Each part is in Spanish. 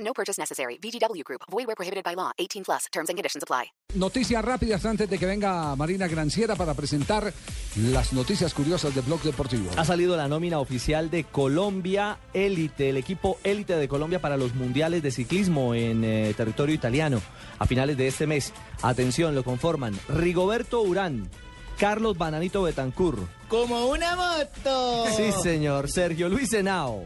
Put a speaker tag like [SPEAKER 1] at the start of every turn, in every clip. [SPEAKER 1] No purchase necessary. VGW Group. Void where prohibited by law. 18 plus. Terms and conditions apply.
[SPEAKER 2] Noticias rápidas antes de que venga Marina Granciera para presentar las noticias curiosas de Blog Deportivo.
[SPEAKER 3] Ha salido la nómina oficial de Colombia Élite, el equipo élite de Colombia para los mundiales de ciclismo en eh, territorio italiano a finales de este mes. Atención, lo conforman Rigoberto Urán, Carlos Bananito Betancur.
[SPEAKER 4] ¡Como una moto!
[SPEAKER 3] Sí, señor, Sergio Luis Henao.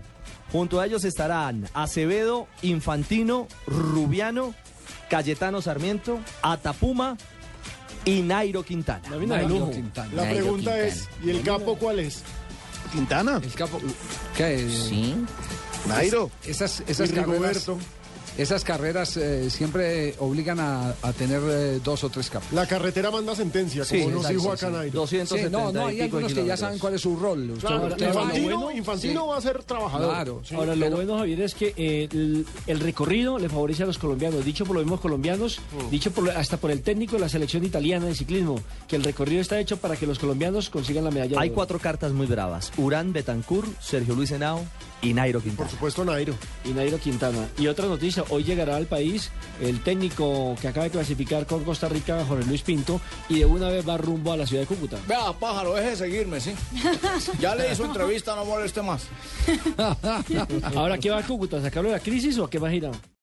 [SPEAKER 3] Junto a ellos estarán Acevedo, Infantino, Rubiano, Cayetano Sarmiento, Atapuma y Nairo Quintana.
[SPEAKER 2] Nómina de lujo. Quintana.
[SPEAKER 5] La pregunta es, ¿y el capo cuál es?
[SPEAKER 4] Quintana,
[SPEAKER 2] El capo. ¿Qué? eh,
[SPEAKER 4] Nairo,
[SPEAKER 2] Esas, esas
[SPEAKER 5] Y
[SPEAKER 2] carreras.
[SPEAKER 5] Rigoberto.
[SPEAKER 2] Esas carreras eh, siempre obligan a, a tener eh, dos o tres capos.
[SPEAKER 5] La carretera manda sentencia, como
[SPEAKER 3] Sí,
[SPEAKER 5] nos
[SPEAKER 3] exacto,
[SPEAKER 5] dijo
[SPEAKER 3] sí,
[SPEAKER 5] acá Nairo.
[SPEAKER 3] 270
[SPEAKER 2] Sí, no, no,
[SPEAKER 3] y
[SPEAKER 2] hay
[SPEAKER 3] pico de
[SPEAKER 2] algunos que ya
[SPEAKER 3] kilómetros.
[SPEAKER 2] saben cuál es su rol. Usted-
[SPEAKER 5] Claro,
[SPEAKER 2] usted-
[SPEAKER 5] Infantino, Infantino va a ser trabajador.
[SPEAKER 2] Claro. sí,
[SPEAKER 6] Ahora, lo
[SPEAKER 2] pero-
[SPEAKER 6] bueno, Javier, es que eh, el, el recorrido le favorece a los colombianos, dicho por los mismos colombianos,
[SPEAKER 7] Mm.
[SPEAKER 6] dicho por- hasta por el técnico de la selección italiana de ciclismo, que el recorrido está hecho para que los colombianos consigan la medalla. de
[SPEAKER 3] Hay
[SPEAKER 6] oro.
[SPEAKER 3] cuatro cartas muy bravas. Urán Betancur, Sergio Luis Henao y Nairo
[SPEAKER 5] Por
[SPEAKER 3] Quintana.
[SPEAKER 5] supuesto, Nairo.
[SPEAKER 6] Y Nairo Quintana. Y otra noticia, hoy llegará al país el técnico que acaba de clasificar con Costa Rica, Jorge Luis Pinto, y de una vez va rumbo a la ciudad de Cúcuta.
[SPEAKER 7] Vea, pájaro, deje de seguirme, ¿sí? Ya le hizo entrevista, no moleste más.
[SPEAKER 6] Ahora, ¿qué va a Cúcuta? ¿Sacarlo de la crisis o a qué va a girar?